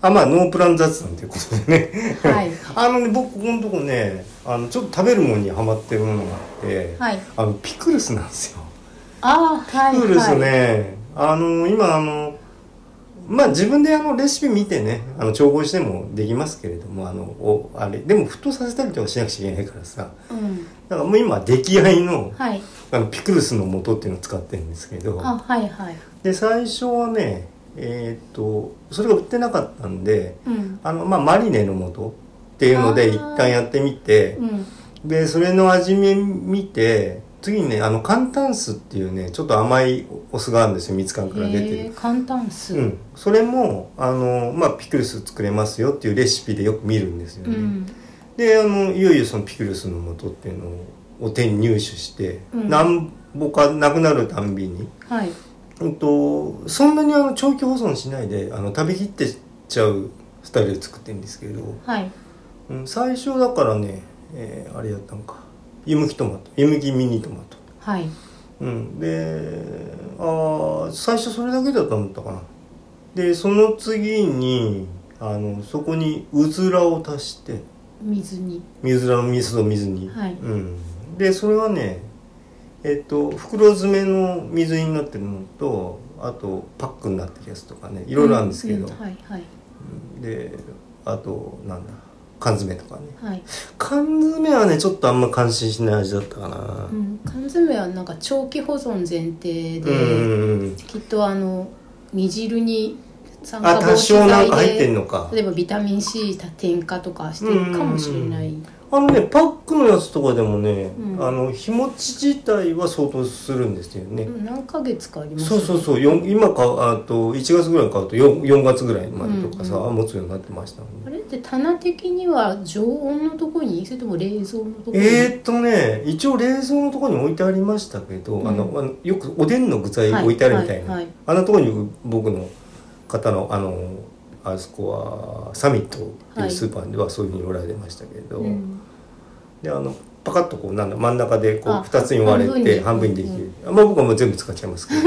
あまあノープラン雑談ということでね、 はいあのね僕ここのとこねあのちょっと食べるものにはまってるものがあって、はいあのピクルスなんですよああはいピクルスはいね、あの今あのまあ自分であのレシピ見てねあの調合してもできますけれどもあのおあれでも沸騰させたりとかしなくちゃいけないからさうんだからもう今出来合いのはいあのピクルスの素っていうのを使ってるんですけどあはいはいで最初はねえーっとそれが売ってなかったんでうんあの、まあ、マリネの素っていうのであー一旦やってみてうんでそれの味見見て次にねあの簡単酢っていうねちょっと甘いお酢があるんですよ蜜柑から出てえるー、簡単酢うん、それもあの、まあ、ピクルス作れますよっていうレシピでよく見るんですようね、んであのいよいよそのピクルスの素っていうのを手に入手して、うんなんぼかなくなるたんびにはいうんとそんなにあの長期保存しないであの食べきってっちゃうスタイルで作ってるんですけど、はいうん、最初だからね、えーあれやったのか湯むきトマト湯むきミニトマト、はいうん、であー最初それだけだと思ったかなでその次にあのそこにうずらを足して水に水らの水と水に、はいうん、でそれはねえっと袋詰めの水煮になってるのとあとパックになってるやつとかねいいろいろあるんですけど、はいはいであとなんだ缶詰とかねはい、缶詰はねちょっとあんま感心しない味だったかなうん、缶詰はなんか長期保存前提うんうんで、うんきっとあの煮汁に酸あ化防多止少なんか入剤ってんでのか例えばビタミン C 添加とかしてるかもしれない、うあのねパックのやつとかでもね、うんあの日持ち自体は相当するんですよね、うん何ヶ月かありますそうそうそうよん今買うあと1月ぐらい買うと 4, 4月ぐらいまでとかさ、うんうん持つようになってましたもんあねれって棚的には常温のとこにそれとも冷蔵のとこに、えー、っとね一応冷蔵のところに置いてありましたけど、うんあのあのよくおでんの具材置いてあるみたいな、はいはいはいあのところに僕の方のあのあそこはサミットっていはういスーパーではそういうふうに売られてましたけど、うんであのパカッとこうなんだ真ん中でこうあ2つに割れて半半分分ににできて、あまあ僕はもう全部使っちゃいますけど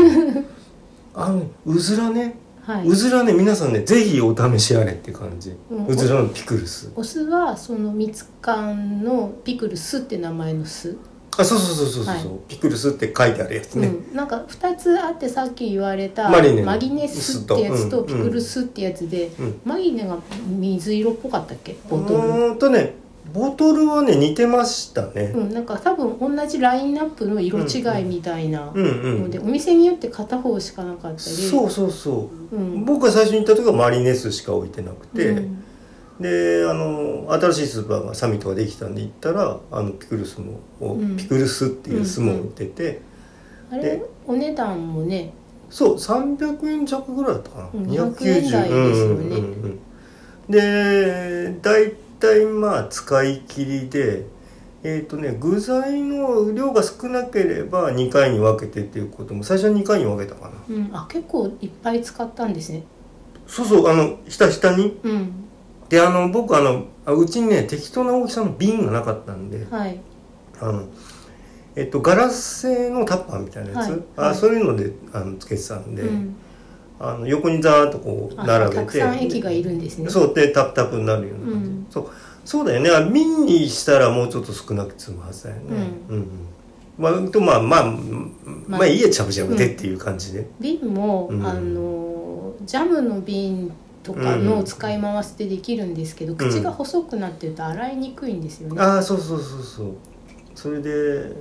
あのうずらねはいうずらね皆さんねぜひお試しあれって感じ、ううんずらのピクルスお酢はその蜜柑のピクルスって名前の酢、あそうそうそうそうそう、はいピクルスって書いてあるやつね、うん、なんか2つあってさっき言われたマリネのスってやつうとんピクルスってやつで、うんマリネが水色っぽかったっけボボトトルル、うーんとねボトルはね似てましたねう、ん、なんか多分同じラインナップの色違いみたいなうん、うんので、お店によって片方しかなかったり、そうそうそうう、ん、僕が最初に行った時はマリネスしか置いてなくて、うんであの新しいスーパーがサミットができたんで行ったらあのピクルスも、うんピクルスっていう酢も売ってて、あでれお値段もねそう300円弱ぐらいだったかな、うん290円台でうすよねんうんうんで大体まあ使い切りでえっ、とね具材の量が少なければ2回に分けてっていうことも最初は2回に分けたかなうん、あ結構いっぱい使ったんですね。そうそうあのひたひたにうん、であの僕あのあうちにね適当な大きさの瓶がなかったんで、はい、あのえっとガラス製のタッパーみたいなやつ、はいあはいそういうのであのつけてたんで、うん、あの横にザーッとこうあ並べてたくさん駅がいるんですね。そうでタプタプになるような感じ、うんそうそうだよねあ瓶にしたらもうちょっと少なく済むはずだよねうん、うんまあ、とまあまあまあいいやちゃぶちゃぶでっていう感じで、瓶も、うんあのジャムの瓶とかの使い回しでできるんですけど、口が細くなってると洗いにくいんですよね。ああそうそうそうそうそれで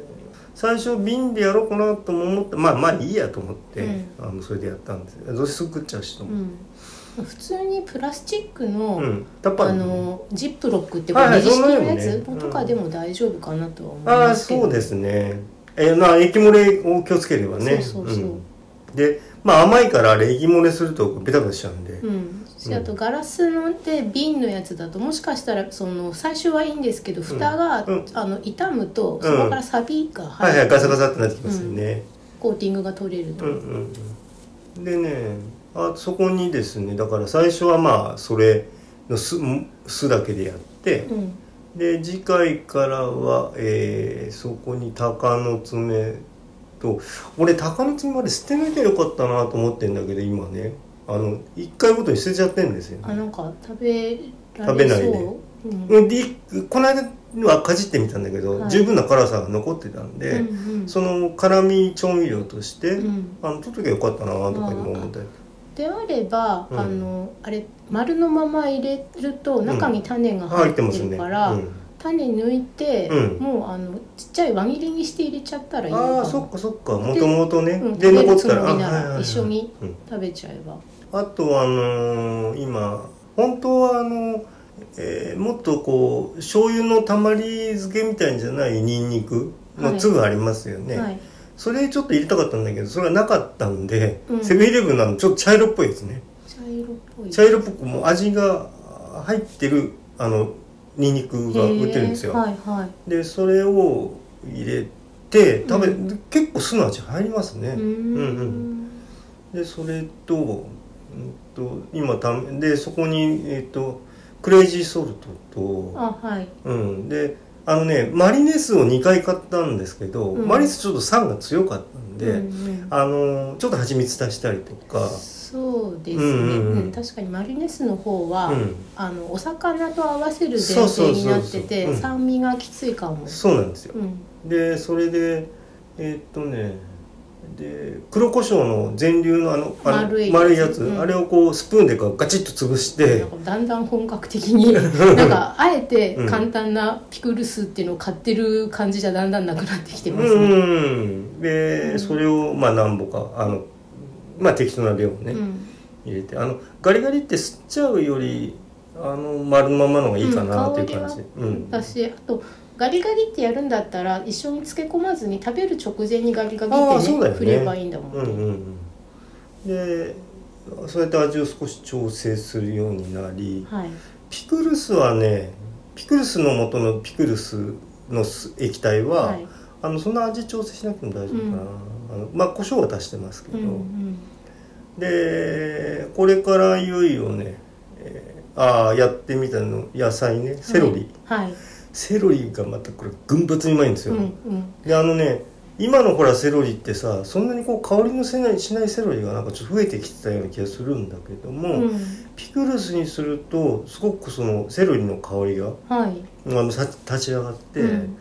最初瓶でやろうかなとも思ってまあまあいいやと思って、うんあのそれでやったんですどうせすぐ食っちゃうしとう思って、ん、普通にプラスチックの、うん、タッパーあにねのジップロックってこはいうはいねじ式のやそんつなのねとかでも大丈夫かなとは思いあまあすけど。そうですねえーまあ液漏れを気をつければね、そうそうそうんでまあ甘いからあれ液漏れするとベタベタしちゃうんで、うん、あとガラスので瓶のやつだともしかしたらその最初はいいんですけど蓋が、うんあの傷むとんそこからサビが入はいる、はいガサガサってなってきますよね、コーティングが取れるうと、ん、うんうんでねあそこにですねだから最初はまあそれの酢酢だけでやってう、んで次回からは、えーそこに鷹の爪と俺鷹の爪まで捨てなきゃよかったなと思ってんだけど今ねあの1回ごとに捨てちゃってんですよあねなんか食べられそう食べないでうんうんでいこの間はかじってみたんだけど、はい十分な辛さが残ってたんで、うんうんその辛味調味料として、うんあの取っときゃよかったなとか今思ったりであれば、うんあのあれ丸のまま入れると中に種が入入っっててまするね、うから、ん、種抜いて、うんもうあのちっちゃい輪切りにして入れちゃったらいいのかあなあそっかそっかもともとねうんで食べ残るっつたもらありなはいはいはらい一緒にうん食べちゃえば、あとはあのー今本当はあの、えーもっとこう醤油のたまり漬けみたいんじゃないニンニクの粒ありますよね、はいそれちょっと入れたかったんだけどそれはなかったんで、うんセブンイレブンなのちょっと茶色っぽいですね茶色っぽい茶色っぽくもう味が入ってるあのニンニクが売ってるんですよ、へーはいはいでそれを入れて食べ、う結構酢の味入りますね、うーうんんでそれと,、うん、と今ためでそこに、えっとクレイジーソルトあはいと、うん、であのねマリネ酢を2回買ったんですけど、うんマリネ酢ちょっと酸が強かったんで、うんうんあのちょっと蜂蜜足したりとか、そうですね、うんうんうんうん確かにマリネスの方は、うん、あのお魚と合わせる前そうそうそ提うそうになっててうん酸味がきついかも、そうなんですようん、でそれでえっとねで黒胡椒の全粒のあのあの丸いやつやつ、うんあれをこうスプーンでガチッと潰してなんかだんだん本格的 になんかあえて簡単なピクルスっていうのを買ってる感じじゃだんだんなくなってきてますうね。んで、うんそれをまあ何本かあのまあ適当な量をね、うん入れてあのガリガリって吸っちゃうよりあの丸のままのがいいかなっていう感じ、うんだしあとガリガリってやるんだったら一緒に漬け込まずに食べる直前にガリガリあっーてそうねだよね振ればいいんだもんうんね。うんうんでそうやって味を少し調整するようになりはい。ピクルスはねピクルスの元のピクルスのす液体は、はい。あのそんな味調整しなくても大丈夫かな、あのまあ胡椒は足してますけうど、んうん。でこれからいよいよね、えーああやってみたの野菜ねセロリ、はい。セロリがまたこれ群抜にうまいんですうよ、んうん。であのね今のほらセロリってさそんなにこう香りのせないしないセロリがなんかちょっと増えてきてたような気がするんだけども、うん。ピクルスにするとすごくそのセロリの香りがはい。あのさ立ち上がって、うん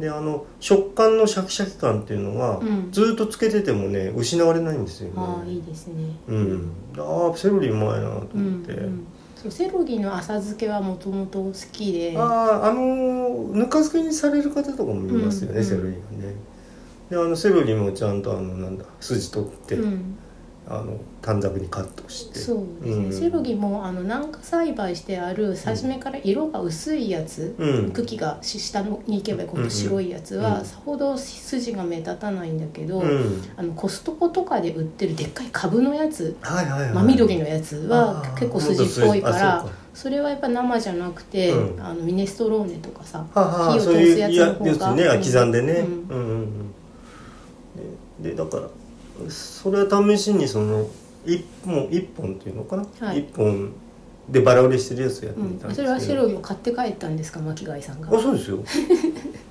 であの食感のシャキシャキ感っていうのは、うんずっとつけててもね失われないんですよねああいいですね。うん、ああセロリうまいなとうん思って、うん。そうセロリの浅漬けはもともと好きで。あああのーぬか漬けにされる方とかもいますよね、うんセロリはねであのセロリもちゃんとあのなんだ筋取って、うん。あの短冊にカットしてそうですね、うんセロリもあの軟化栽培してある初めから色が薄いやつ、うん茎がし下のに行けば今度白いやつうんはさほど筋が目立たないんだけど、うんあのコストコとかで売ってるでっかい株のやつはいはいはい真緑のやつはあー結構筋っぽいかあらそうかそれはやっぱ生じゃなくて、うんあのミネストローネとかさはあはあ火をそう通すいやうつやのつね方が刻んでね、う、うんうんうんででだからそれは試しにその一本一本っていうのかな、一はい本でバラ売りしてるやつやってうみたんですん、そけれど、はセロリを買って帰ったんですか巻貝さんがあそうですよ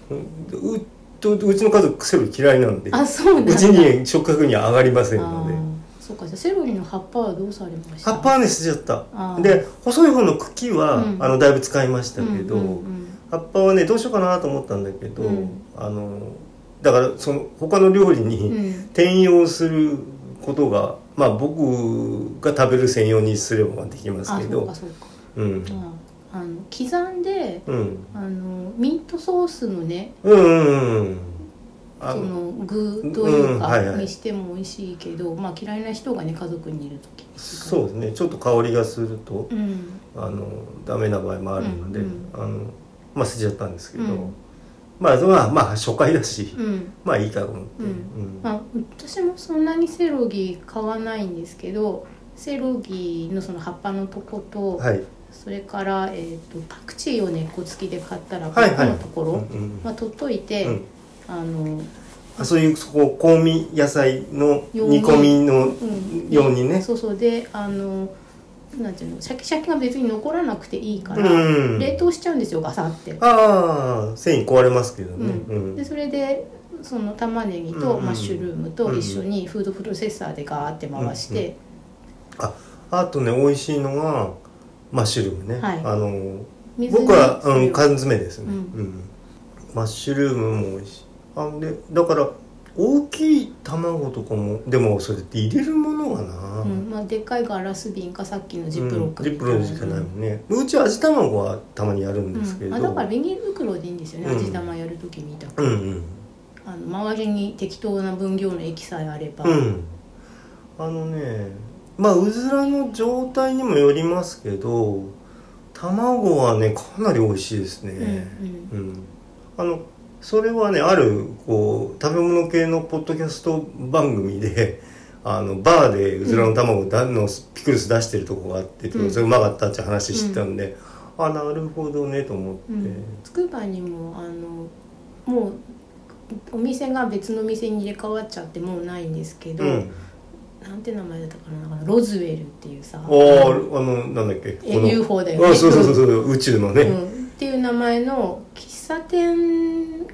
うんでうとうちの家族セロリ嫌いなんであそうなんだうちに食卓には上がりませんのであーそうかじゃあセロリの葉っぱはどうされました葉っぱはね捨てちゃったあーで細い方の茎は、うんあのだいぶ使いましたけど、うんうん葉っぱはねどうしようかなと思ったんだけど、うんあのだからその他の料理うんに転用することが、まあ僕が食べる専用にすればできますあけそうどかそうか、うんまあ、あの刻んでうんあのミートソースのねうんうんうんあその具といううんはかいはいにしても美味しいけど、まあ、嫌いな人がね家族にいる時そうですねちょっと香りがするとう、ん、あのダメな場合もあるので、うんあのまあ捨てちゃったんですけど、うんまあまあまあ初回だし、うんまあいいかと思って、うんうんまあ、私もそんなにセロギ買わないんですけどセロギのその葉っぱのとこと、はいそれから、えー、とパクチーを根っこ付きで買ったらはいはいこのところ、うんうんまあ、取っといて、うんあのあそういうそこ香味野菜のように煮込みのうんようにね、そうそうであのなんていうのシャキシャキが別に残らなくていいから、うん冷凍しちゃうんですよガサって、ああ繊維壊れますけどね、うんうんでそれでその玉ねぎうんとうんマッシュルームと一緒にフードプロセッサーでガーって回して、ああとね美味しいのがマッシュルームね、はいあの水に僕は、それをうん、缶詰ですね、ううんんマッシュルームも美味しいあでだから大きい卵とかもでもそれって入れるものがな、うんまあ、でっかいガラス瓶かさっきのジうッんプロック、ジップロックしかないもんね、うち味卵はたまにやるんうですけんど、あだからビニール袋でいいんですよね、うん味玉やるときにだうんうんあの周りに適当な分量の液さえあれば、うんあのねまあうずらの状態にもよりますけど卵はねかなり美味しいですうんうねんうん、あのそれはねあるこう食べ物系のポッドキャスト番組で あのバーでうずらの卵だのピクルス出してるとこがあって、うんそれうまかったって話してたんで、あなるほどねと思って、うん、つくばにもあのもうお店が別の店に入れ替わっちゃってもうないんですけど、うんなんて名前だったかななんかロズウェルっていうさあーあのなんだっけこえの UFO だよねあそうそうそうそう宇宙のね、うん、っていう名前の喫茶店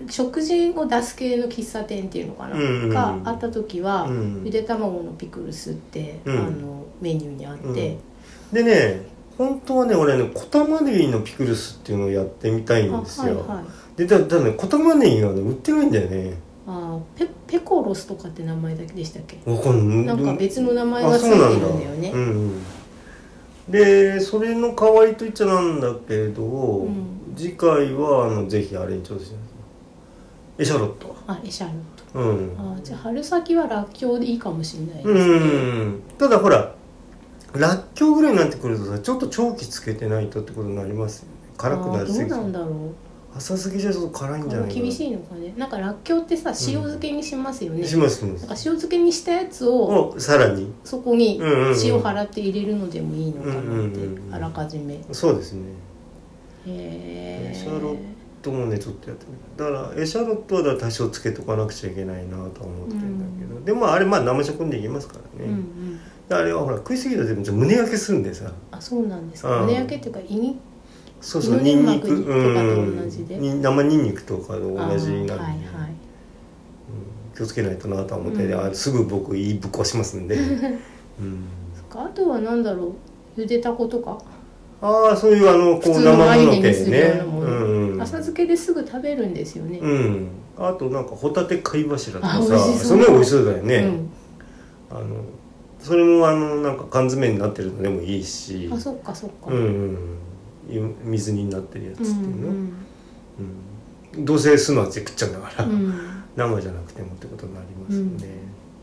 食事を出す系の喫茶店っていうのかな、うんうんうんがあった時は、うんゆで卵のピクルスって、うんあのメニューにあって、でね本当はね俺ね小玉ねぎのピクルスっていうのをやってみたいんですよ、あはいはいでただただね小玉ねぎがね売ってないんだよねあペペコロスとかって名前だけでしたっけわかんなんか別の名前あがついそうてなるんんだだよねうんうんでそれの代わりと言っちゃなんだけれど、ん次回はあのぜひあれに挑戦してエシャロットあエシャロットうんあじゃあ春先はらっきょうでいいかもしれないですうね、んただほららっきょうぐらいになってくるとさちょっと長期つけてないとってことになりますよね辛くなありどすうぎてなんだろ浅すぎじゃちょっと辛いんじゃうないかな厳しいのかねなんからっきょうってさ塩漬けにしますよね、しますしまなんすか塩漬けにしたやつををさらにそこにうんうんうん塩払って入れるのでもいいのかなって、うんうんうんあらかじめへそうですねえエシャロッともねちょっとやってみただからエシャロットはだから多少つけとかなくちゃいけないなとは思ってるんだけど、でもあれまあ生食んでいきますからうんうね、んであれはほら食いすぎたらでもちょっと胸焼けするんでさあそうなんですうかん胸焼けっていうか胃にそうそう胃ニのン粘ニ膜クにとかとう同んじでに生ニンニクとかと同じになるあーはいんではい気をつけないとなとは思って、うんあすぐ僕胃ぶっ壊します んで、うん、そっかあとはなんだろうゆでたことかああそういうあのこ普う通生のマもリのネ系にするようねなもの、うんうん浅漬けですぐ食べるんですよね、うん、あとなんかホタテ貝柱とかあさ美味しそうその美味しそうだよね、うんあのそれもあのなんか缶詰になってるのでもいいしあそっかそっか、うんうんうん水煮になってるやつってういうの、んうんどうせすの味で食っちゃうんだから、うんうん生じゃなくてもってことになりますよね、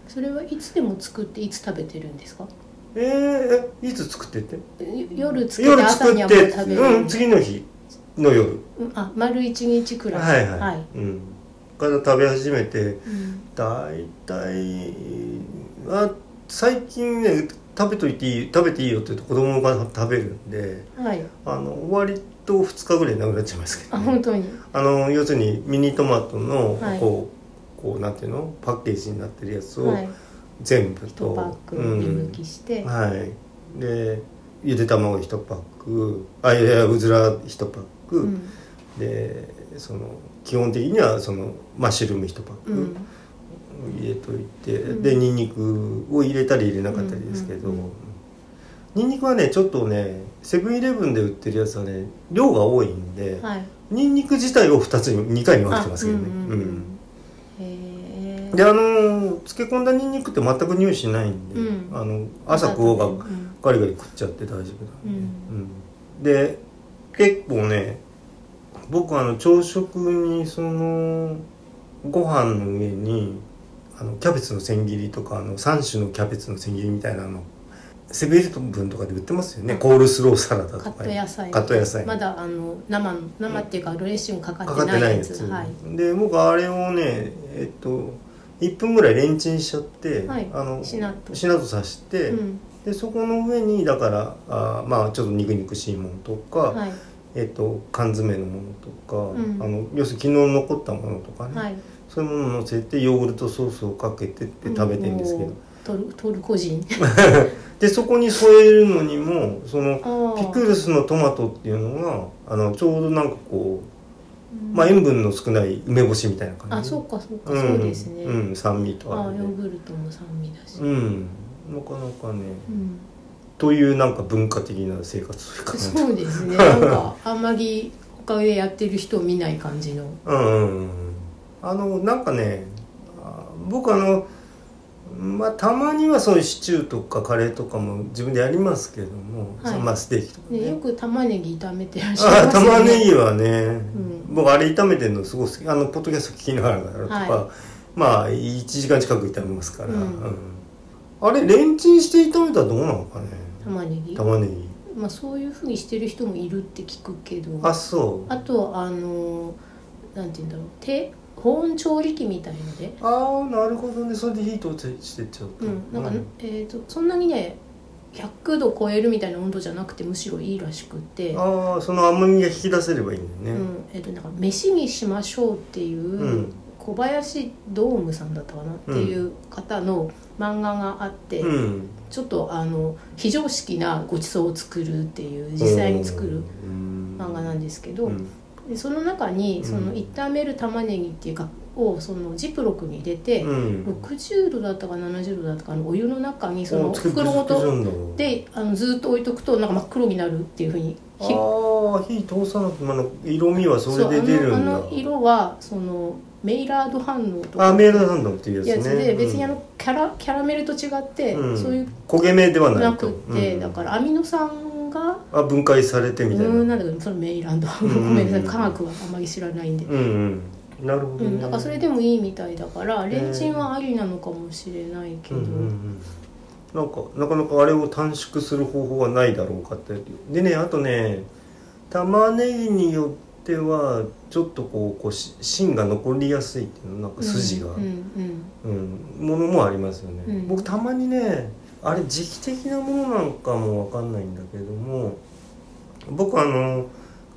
それはいつでも作っていつ食べてるんですかえーえいつ作ってってよ夜作って夜朝作にっはもうて食べる、うん、次の日の夜うんあ丸一日くらいはいはい、はいうん、から食べ始めてうん大体は最近ね食べといていい食べていいよって言うと子供が食べるんではい、あの割と2日ぐらいなくなっちゃいますけあど、本当に、あの要するにミニトマトのこう、はいこうなんていうのパッケージになってるやつをはい、全部一と、パックう湯むんきして、はいでゆで卵1パックあいやいやうずら1パック、うんでその基本的にはそのマッシュルーム1パック、うん入れといて、うんでニンニクを入れたり入れなかったりですけど、うんうんうんニンニクはねちょっとねセブンイレブンで売ってるやつはね量が多いんで、はいニンニク自体を2つに2回に分けてますけどねあうんううんんうんへえであのー漬け込んだニンニクって全く匂いしないんで、うんあの朝食おううんがガリガリ食っちゃって大丈夫なんで、うんで結構ね僕あの朝食にそのご飯の上にあのキャベツの千切りとかあの3種のキャベツの千切りみたいなのセブンイレブンとかで売ってますよねコールスローサラダとかカット野菜カット野菜まだあの生の生っていうかドレッシングかかかかっっててないないややつつ、はいで僕あれをねえっと1分ぐらいレンチンしちゃって、はいあのしなっとしなっと刺して、うんでそこの上にだからあーまあちょっと肉肉しいものとか、はいえっと缶詰のものとか、うんあの要するに昨日残ったものとかね、はいそういうものを乗せてヨーグルトソースをかけてって食べてるんですけど、もうトルトルコ人でそこに添えるのにもそのあピクルスのトマトっていうのがあのちょうどなんかこう、まあ、あ塩分の少ない梅干しみたいな感あじそうかそうか、んそうですね、うん、酸味とああヨるーんでグルトも酸味だし、 うんなかなかね、うんというなんか文化的な生活というかそなんうかですねなんかあんまり他でやってる人を見ない感じのうんうんうんあのなんかねあ僕あのまあたまにはそういうシチューとかカレーとかも自分でやりますけども、はいまあステーキとかねねよく玉ねぎ炒めてらっしゃいあますよね玉ねぎはね、ん僕あれ炒めてるのすごい好きあのポッドキャスト聞きながらやるとか、はまあ1時間近く炒めますから、うんうんあれレンチンして炒めたらどうなのかね玉ねぎ玉ねぎまあそういうふうにしてる人もいるって聞くけどあそうあとあのなんて言うんだろう手保温調理器みたいので、ああなるほどねそれで火通してっちゃうとうん、なんか、えー、とそんなにね100度超えるみたいな温度じゃなくてむしろいいらしくて、ああその甘みが引き出せればいいんだうよね、んえー、となんか飯にしましょうっていう、うん小林ドームさんだったかなっていう方の漫画があって、うん、ちょっとあの非常識なごちそうを作るっていう実際に作る漫画なんですけど、うんでその中にそのうん炒める玉ねぎっていうかをそのジップロックに入れて、うん、 60度だったか70度だったかのお湯の中にそのお作って袋ごと作ってるんだであのずっと置いとくとなんか真っ黒になるっていうふうにあひあ火通さなくてもあの色味はそれで出るんそうあのだあの色はそのメイラード反応とあかメールサンドっていうややつつねで別にあのキャラキャラメルと違ってうんそういう焦げ目ではなないとくってうんだからアミノ酸があ分解されてみたいなうんなんだけどそのメイラード反応うんごめんなさい科学はあんまり知らないんで。うんうんなるほうど、ねん、だからそれでもいいみたいだからレンチンはありなのかもしれないけうんど、うんうんなんかなかなかあれを短縮する方法はないだろうかってでねあとね玉ねぎによってはちょっとこうこうし芯が残りやすいっていうのなんか筋が、うんうんうんものもありますよね、うん僕たまにねあれ時期的なものなんかもわかんないんだけれども僕あの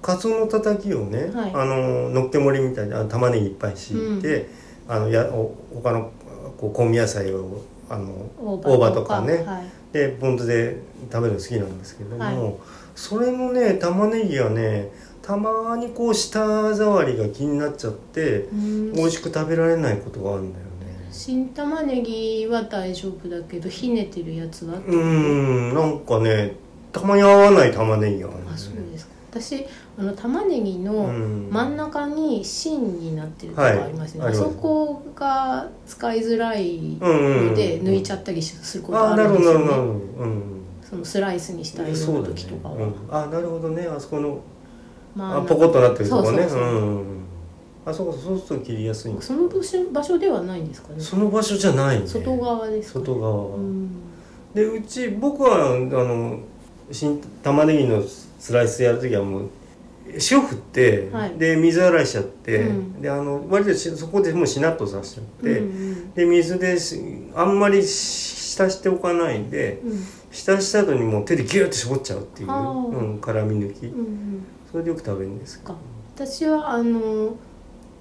カツオのたたきをね、はいあののっけ盛りみたいなあの玉ねぎいっぱい敷いて、あのやお他のこう香味野菜をあのうん、オ大葉とかねはい、でポン酢で食べるの好きなんですけども、はそれのね玉ねぎがねたまにこう舌触りが気になっちゃってうん美味しく食べられないことがあるんだよね。新玉ねぎは大丈夫だけどひねてるやつは、うーんなんかねたまに合わない玉ねぎがあるんだよねあそうですか私あの玉ねぎうのん真ん中に芯になってるとこありますよね、はいありあますそこが使いづらいうんのでうん抜いちゃったりすることあああなるるほんですどなるよほどなるほどねうんそのスライスにしたりすそうるだね時とかは、うんあなるほどねあそこのまあポコッとなってるとこねそうそうそううんうんうんあそこそうすると切りやすいんですその場所場所ではないんですかねその場所じゃないね外側ですか、外側うんでうち僕はあの新玉ねぎのスライスやるときはもう塩振って、はいで水洗いしちゃって、うんであの割としそこでもうしなっとさせちゃって、うんで水でしあんまり浸しておかないでうんうん浸した後にもう手でギューッと絞っちゃうっていう、あーうん、絡み抜きうんうんそれでよく食べるんですけどか私はあの、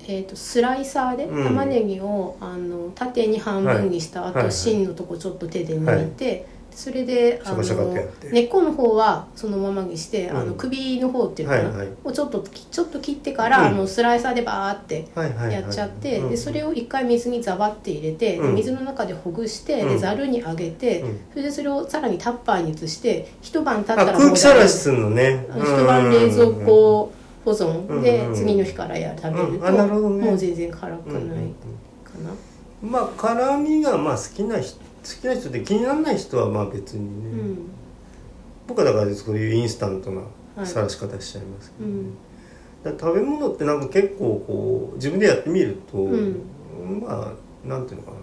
えー、とスライサーでうん玉ねぎを、あの縦に半分にした後、はいはい芯のとこちょっと手で抜いて、それでシャあのカシャカってやって根っこの方はそのままにして、うんあの首の方っていうのはかいな、はいをちょっときちょっと切ってから、うんあのスライサーでバーってはいはいはいやっちゃって、うんでそれを一回水にザバって入れて、でうん水の中でほぐして、うでんざるにあげて、うんそれでそれをさらにタッパーに移して一晩経あったらもう空気さだいらぶしするのねあの一晩冷蔵庫保存うんでうん次の日からや食べるうんあなるほとどねもう全然辛くうんうんうんないかなまあ辛みがまあ好きな人好きな人で気にならない人はまあ別にね、うん僕はだからそういうインスタントなはいさらし方しちゃいますけうどね、んだから食べ物ってなんか結構こう自分でやってみると、うんまあなんていうのかな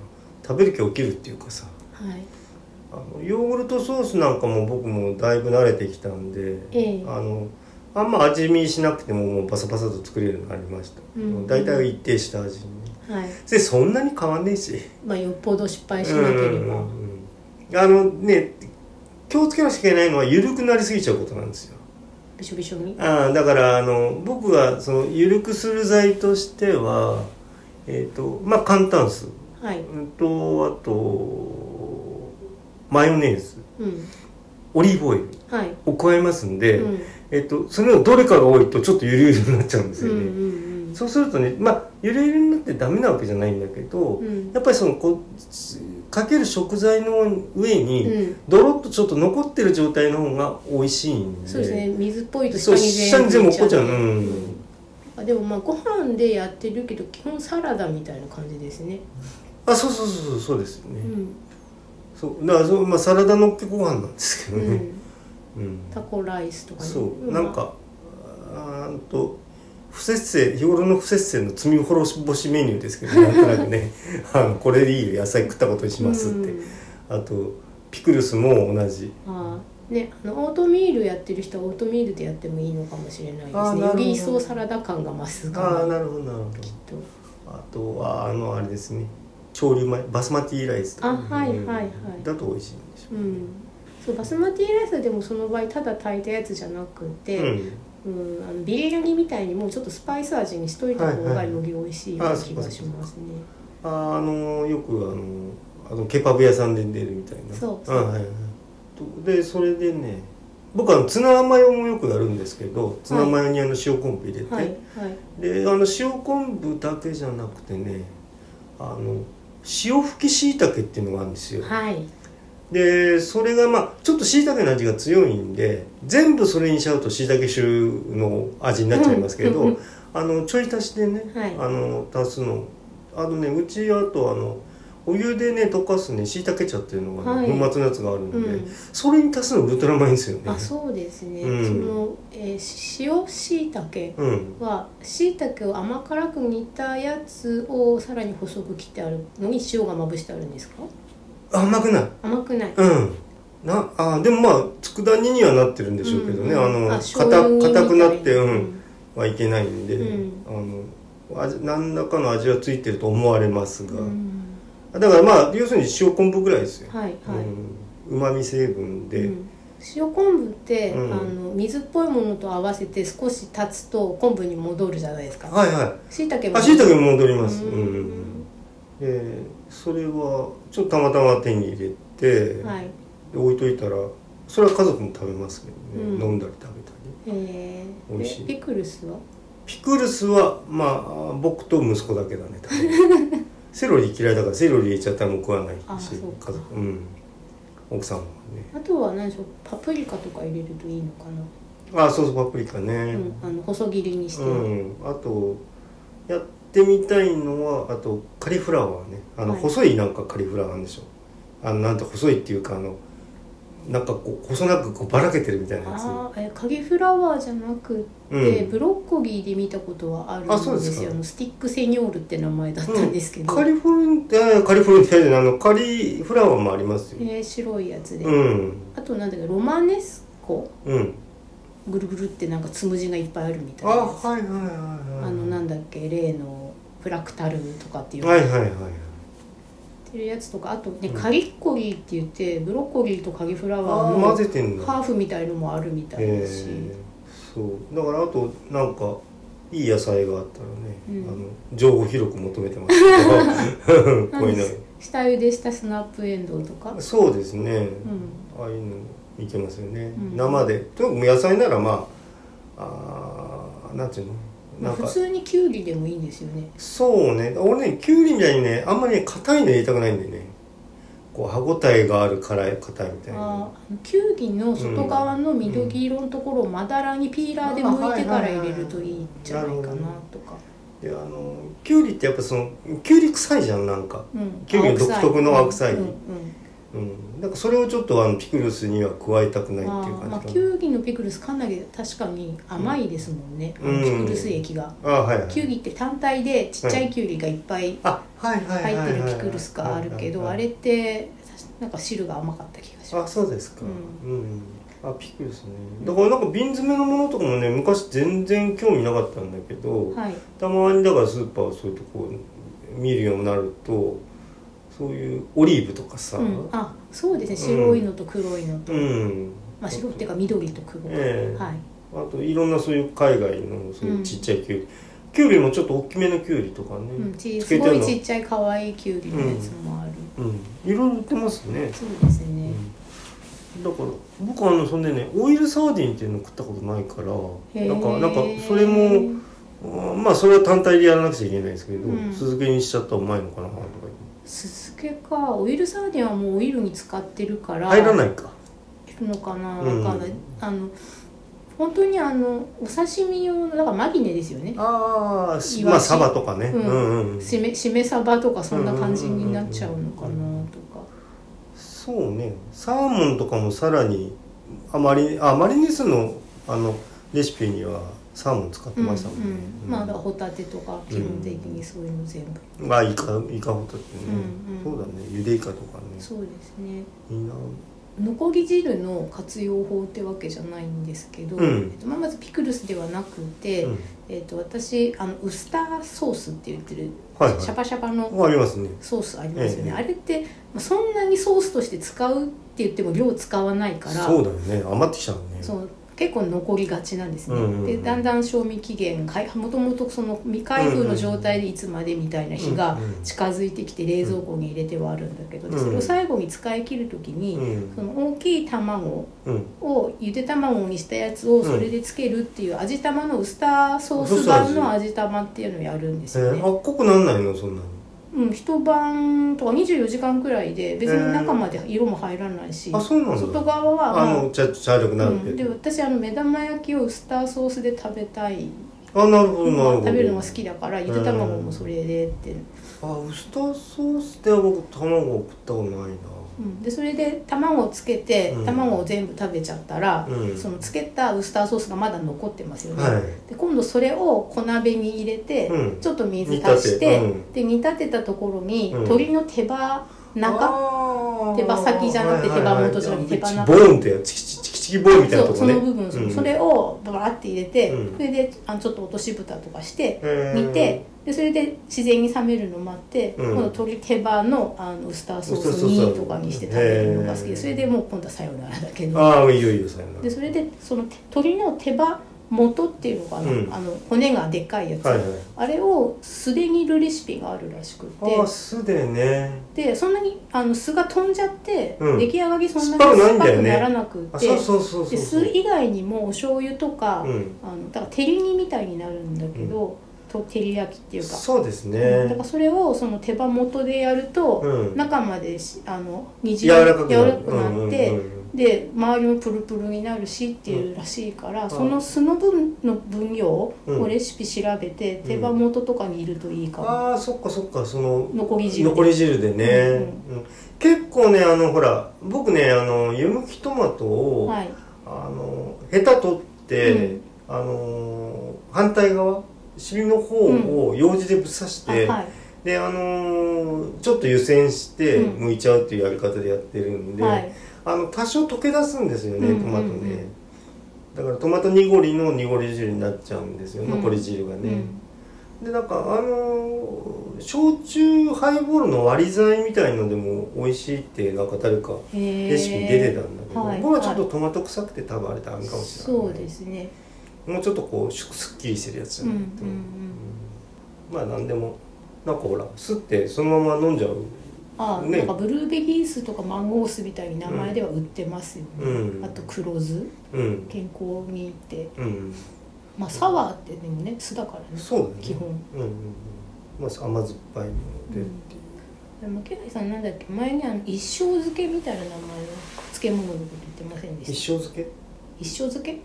食べる気起きるっていうかさはいあのヨーグルトソースなんかも僕もだいぶ慣れてきたんで、ええあのあんま味見しなくてももうバサバサと作れるようになりました、うん大体一定した味にねはいでそんなに変わんねえしまあよっぽど失敗しなけれうんばうんうんあのね気をつけなきゃいけないのは緩くなりすぎちゃうことなんですよびしょびしょにああだからあの僕がその緩くする剤としてはえっ、とまあ簡単酢はいうんとあとマヨネーズうんオリーブオイルはいを加えますんで、うんえっとそれのどれかが多いとちょっとゆるゆるになっちゃうんですうよんうね、んうんそうするとねまあゆるゆるになってダメなわけじゃないんだけど、うんやっぱりそのこかける食材の上に、うんドロッとちょっと残ってる状態の方が美味しいんでそうですね水っぽいとそう下に全部落っこっちゃううんあでもまあご飯でやってるけど基本サラダみたいな感じですねあそうそうそうそうそうですよね、うん、そうだからそう、まあ、サラダのっけご飯なんですけどうね、ん、うんタコライスとかねそうまなんかあーんと不節制日頃の不節制の罪滅ぼしメニューですけどなんとなくねあのこれでいいよ野菜食ったことにしますって、うんあとピクルスも同じあーねあのオートミールやってる人はオートミールでやってもいいのかもしれないであーすなるねよほどり一層サラダ感が増すかああらなるほどなるほどきっとあとはあのあれですね調理米バスマティライスとか、あはいうんはいはいだと美味しいんでしょうんそうバスマティライスでもその場合ただ炊いたやつじゃなくて、うん、あのビリヤニみたいにもうちょっとスパイス味にしといた方はいがはいより美味しいようあなそ気うかがしますね。うん、ああのよくあのあのケパブ屋さんで出るみたいなそうそうあはいはいとでそれでね僕はツナマヨもよくやるんですけどツナマヨにあの塩昆布入れて、はいはい。であの塩昆布だけじゃなくてねあの塩吹きしいたけっていうのがあるんですよ、はい。でそれがまあちょっとしいたけの味が強いんで全部それにしちゃうとしいたけ臭の味になっちゃいますけど、うんうんうんあのちょい足しでね、はいあの足すのあのねうちあとあのお湯でね溶かすねしいたけ茶っていうのが、ねはい粉末のやつがあるので、うんそれに足すのウルトラマインですよねあ、そうですね。うんその、えー、塩椎茸うんは椎茸を甘辛く煮たやつをさらに細く切ってあるのに塩がまぶしてあるんですか？甘くない甘くない。うんなあでもまあ佃煮にはなってるんでしょうけどね、うんあの醤硬油硬くなっみたていうんはいけないんで、うんあの味何らかの味はついてると思われますうが、んだからまあ要するに塩昆布ぐらいですよはいはい。うま、み成分で、うん塩昆布って、うんあの水っぽいものと合わせて少し経つと昆布に戻るじゃないですかはいは椎い茸もあしいたけも戻りますううんん、でそれはちょっとたまたま手に入れて、はいで置いといたらそれは家族も食べますけどね、うん飲んだり食べたりえー、美味しいでピクルスはピクルスはまあ僕と息子だけだね多 分セロリ嫌いだからセロリ入れちゃったらもう食わないしあそうか家族うん奥さんもねあとは何でしょうパプリカとか入れるといいのかな、あそうそうパプリカねうん、あの細切りにしうて、ん、あとやってみたいのはあとカリフラワーねあのはい細いなんかカリフラワーなんでしょあのなんて細いっていうかあのなんかこう細なくこうばらけてるみたいなやつああえカリフラワーじゃなくて、うんブロッコリーで見たことはあるんあそうでですかすよあのスティックセニョールって名前だったんですけど、カリフォルニアカリフォルニアじゃないあのカリフラワーもありますよ、えー白いやつで、うんあとなんだっけロマネスコうんぐるぐるってなんかつむじがいっぱいあるみたあいなやつはいはいはいはいあのなんだっけ例のプラクタルムとかっていう、はいはいはいってるやつとかあとね、うんカリッコリーって言ってブロッコリーとカリフラワあーーの混ぜてんだハーフみたいのもあるみたいだし、えーそうだからあとなんかいい野菜があったらね、うんあの情報広く求めてますけど こういう下茹でしたスナップエンドウとかの そうですね、うんああいうのいけますよね、うん生でとにかく野菜ならまああーなんていうのなまあん普か通にきゅうりでもいいんですよねそうね俺ねきゅうりみたいにねあんまりね硬いの入れたくないんだよねこう歯ごたえがある辛い硬いみたいなあーきゅうりの外側の緑色のところをまだらにピーラーで剥いてから入れるといいんじゃないかなとか、であのきゅうりってやっぱそのきゅうり臭いじゃんなんかうん、きゅうりの独特の青臭いうんうんうん、なんかそれをちょっとあのピクルスには加えたくないあっていうーまあ感じきかゅうりのピクルスかなり確かに甘いですもんね、あのうんピクルス液が、なあはいはいきゅうりって単体でちっちゃいきゅうりがいっぱいあはいはいはい入はっいてるピクルスがあるけどはいあはいれってなんか汁が甘かった気がしまあそうですかう、うんあピクルスねだからなんか瓶詰めのものとかもね昔全然興味なかったんだけど、すはいたまにだからスーパーをそういうとこ見るようになるとそういうオリーブとかさうん、あそうですね白いのと黒いのと、うんまあ、白っていうか緑と黒、ええはいあといろんなそういう海外のそういうちっちゃいキュウリ、キュウリもちょっと大きめのキュウリとかね、うん、ちつすけてごるいのちっちゃい可愛いきゅうりのやつもある、うん、いろいろ売ってますね、そうですうね、ん、だから僕あのそんでねオイルサーディンっていうの食ったことないからへーなんかなんかそれもうんまあそれは単体でやらなくちゃいけないんですけど、うん酢漬けにしちゃったらうまいのかなとか酢漬けかオイルサーディンはもうオイルに使ってるから入らないかいるのかなわうんかんない、あの本当にあのお刺身用のだからマリネですよねああイワシまあサバとかね、うんうんうんしめしめサバとかそんな感じになっちゃうのかなとかそうねサーモンとかもさらにあまりあマリネスのあのレシピにはサーモン使ってうんうましたもんね、んまあだからホタテとか基本的にそういうの全部、まあイカイカホタテね、うんうんそうだねゆでイカとかねそうですねいいなのこぎ汁の活用法ってわけじゃないんですけど、うんえっとまあまずピクルスではなくて、うんえっと私あのウスターソースって言ってる、はいはいシャパシャパのありますねソースありますよね、ええあれってまあそんなにソースとして使うって言っても量使わないからそうだよね余ってきたのねそう結構残りがちなんですね、うんうんうんでだんだん賞味期限かいもともとその未開封の状態でいつまでみたいな日がうんうん近づいてきて冷蔵庫に入れてはあるんだけどでそれを最後に使い切る時に、うんその大きい卵うんをゆで卵にしたやつをそれでつけるっていう味玉のウスターソース版の味玉っていうのをやるんでえすよねー、あっこくなんないのそんなにうん、一晩とか24時間くらいで別に中まで色も入らないし、あそうなんだ外側は、まああの茶茶色くなうるっん、て、で私あの目玉焼きをウスターソースで食べたい、あなるほどなるまあほど食べるのが好きだからゆで卵もそれでって、あウスターソースでは僕卵を食ったことないうん、でそれで卵をつけてうん卵を全部食べちゃったら、うんそのつけたウスターソースがまだ残ってますよね、なはいで今度それを小鍋に入れて、うんちょっと水足煮立しててうんで煮立てたところに、うん鶏の手羽中中手羽先じゃなくて手羽元じゃなくて手羽中ボーンってチキチキチキチキボーンみたいなそとうこそねの部分、うんそれをバーって入れて、うんそれであのちょっと落とし蓋とかしてへー煮てでそれで自然に冷めるのもあって、うん今度鶏手羽のあのウスターソースウスターソーにスとかにして食べるのが好きへーでそれでもう今度はさようならだけどああいいよいいよさよならでそれでその鶏の手羽元っていうのかな、うんあの骨がでっかいやつ、はいはいあれを素で煮るレシピがあるらしくてああ酢でねでそんなにあの酢が飛んじゃって、うん出来上がりそんな酸っぱにくない酸んっだぱよくねならなくあてそうそうそうそうで酢以外にもお醤油とか、うんあのだから照り煮みたいになるんだけど、と照り焼きっていうか、そうですうんだかねらそれをその手羽元でやると、うん中までしあの煮柔らかくなる柔らかくなって、うんうんうんで周りもプルプルになるしっていうらしいから、んその酢の分の分量をうんレシピ調べて、ん手羽元とかにいるといいかも、ああそっかそっかその残り汁で残り汁でね、ううん結構ねあのほら僕ねあの湯むきトマトを、はいあのヘタ取って、うんあの反対側尻の方を楊枝でぶっ刺して、あはいであのちょっと湯煎してうん剥いちゃうっていうやり方でやってるんで、はいあの多少溶け出すんですよね、うんトマトね、うんうんだからトマト濁りの濁り汁になっちゃうんですよ、うん残り汁がうね、んでなんかあの焼酎ハイボールの割り剤みたいのでも美味しいってなんか誰かへーレシピに出てたんだけど、はい僕はちょっとトマト臭くて多分あれダメかもしれない、そうですねもうちょっとこうすすっきりしてるやつじゃないと、うんうんうんまあ何でもなんかほら吸ってそのまま飲んじゃうあ、ねなんかブルーベリー酢とかマンゴー酢みたいに名前では売ってますよね、うんあと黒酢うん健康にいいってうんまあサワーってでもね酢だからねそうだね基本うんうんうんまあ甘酸っぱいのでっていう、でもけさんなんだっけ前にあの一生漬けみたいな名前の漬物のこと言ってませんで一し生た漬け一生漬け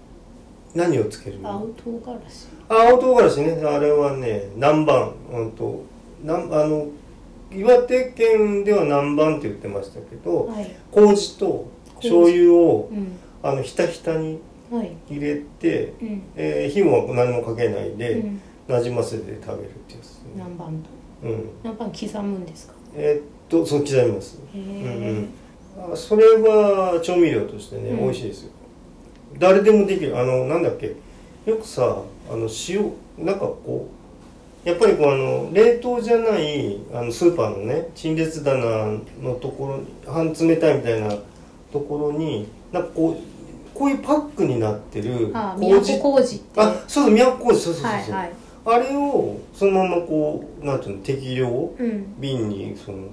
何をつけるの青唐辛子青唐辛子ねあれはね南蛮うんとなんあの岩手県では南蛮って言ってましたけど、はい麹と醤油をうんあのひたひたにはい入れて、うんえー火も何もかけないうでんなじませて食べるってやつ、ね南蛮とうん、南蛮刻むんですかえーっとそう刻みますへうんえうんあそれは調味料としてね、うん美味しいですよ誰でもできるあのなんだっけよくさあの塩なんかこうやっぱりこうあの冷凍じゃないあのスーパーのね陳列棚のところに半冷たいみたいなところになんかこうこういうパックになってるあ都麹ってあそうそう宮古麹そうそうそうはいそう、はいあれをそのままこうなんていうの適量うん瓶にその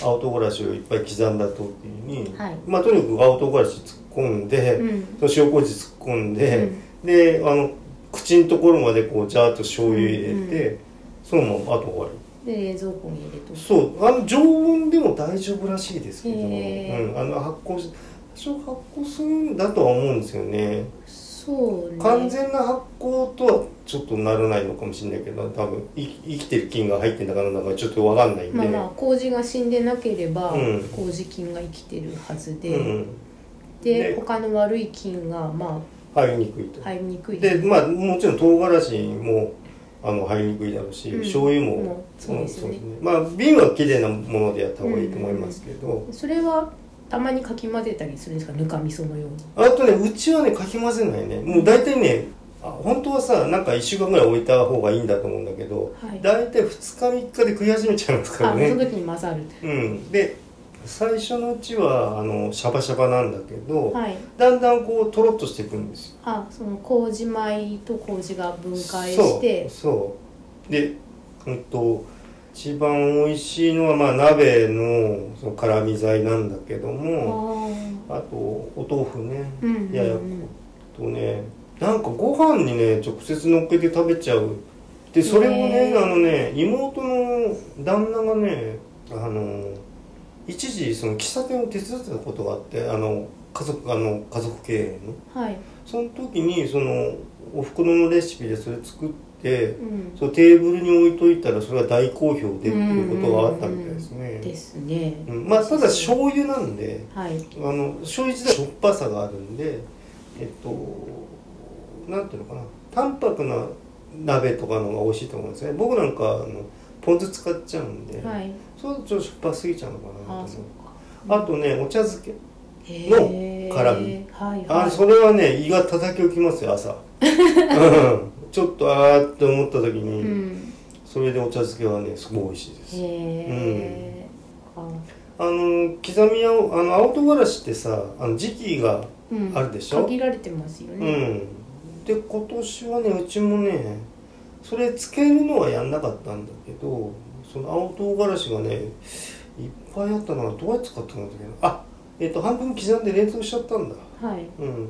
青唐辛子をいっぱい刻んだ時に、はいまあとにかく青唐辛子突っ込んで、うんその塩麹突っ込んで、であの口口のところまでこうジャーッと醤油入れて、うそのままあと終わりで冷蔵庫に入れとくそうあの常温でも大丈夫らしいですけど、うへーん、あの発酵し多少発酵するんだとは思うんですよねそうね完全な発酵とはちょっとならないのかもしれないけど多分い生きてる菌が入ってんだからなんだかちょっとわかんないんで、まあまあ麹が死んでなければ、うん麹菌が生きてるはずうで、ん、でね他の悪い菌がま入りにくいあと、入りにくいでまあもちろん唐辛子もあの入りにくいだろうし、うん醤油も、もうそうですよねんまあ瓶は綺麗なものでやった方がいいと思いますけど、それはたまにかき混ぜたりするんですかぬか味噌のようにあとねうちはねかき混ぜないねもう大体ねあ本当はさなんか1週間ぐらい置いた方がいいんだと思うんだけどはい大体2日3日で食い始めちゃいますからあそのね時に混ざるうんで最初のうちはあのシャバシャバなんだけど、はいだんだんこうとろっとしていくんですよあその麹米と麹が分解してそうそうでうんと一番美味しいのはまあ鍋のその辛味剤なんだけどあもーあとお豆腐ねうんうんうんいやいやとねなんかご飯にね直接乗っけて食べちゃうでそれをね、へーあのね妹の旦那がねあの一時その喫茶店を手伝ってたことがあってあの家族あの家族経営のはい、その時にそのおふくろのレシピでそれ作ってうん、そのテーブルに置いといたらそれが大好評でっていうことがあったみたいですね、ですね、うんまあただ醤油なんではいあの醤油自体しょっぱさがあるんでえっとなんていうのかな淡白な鍋とかの方が美味しいと思うんですね僕なんかあのポン酢使っちゃうんで、はいそうちょっとしょっぱすぎちゃうのかなとあ思うーそうかあとねお茶漬けへー辛みはいはいあそれはね胃が叩き起きますよ 朝うんちょっとあーって思った時に、うんそれでお茶漬けはねすごい美味しいですへーああの刻み青あの青唐辛子ってさあの時期がうんあるでしょ限られてますようね、んで今年はねうちもねそれつけるのはやんなかったんだけどその青唐辛子がねいっぱいあったのはどうやって使ったんだっけどあえっ、と半分刻んで冷凍しちゃったんだはいうん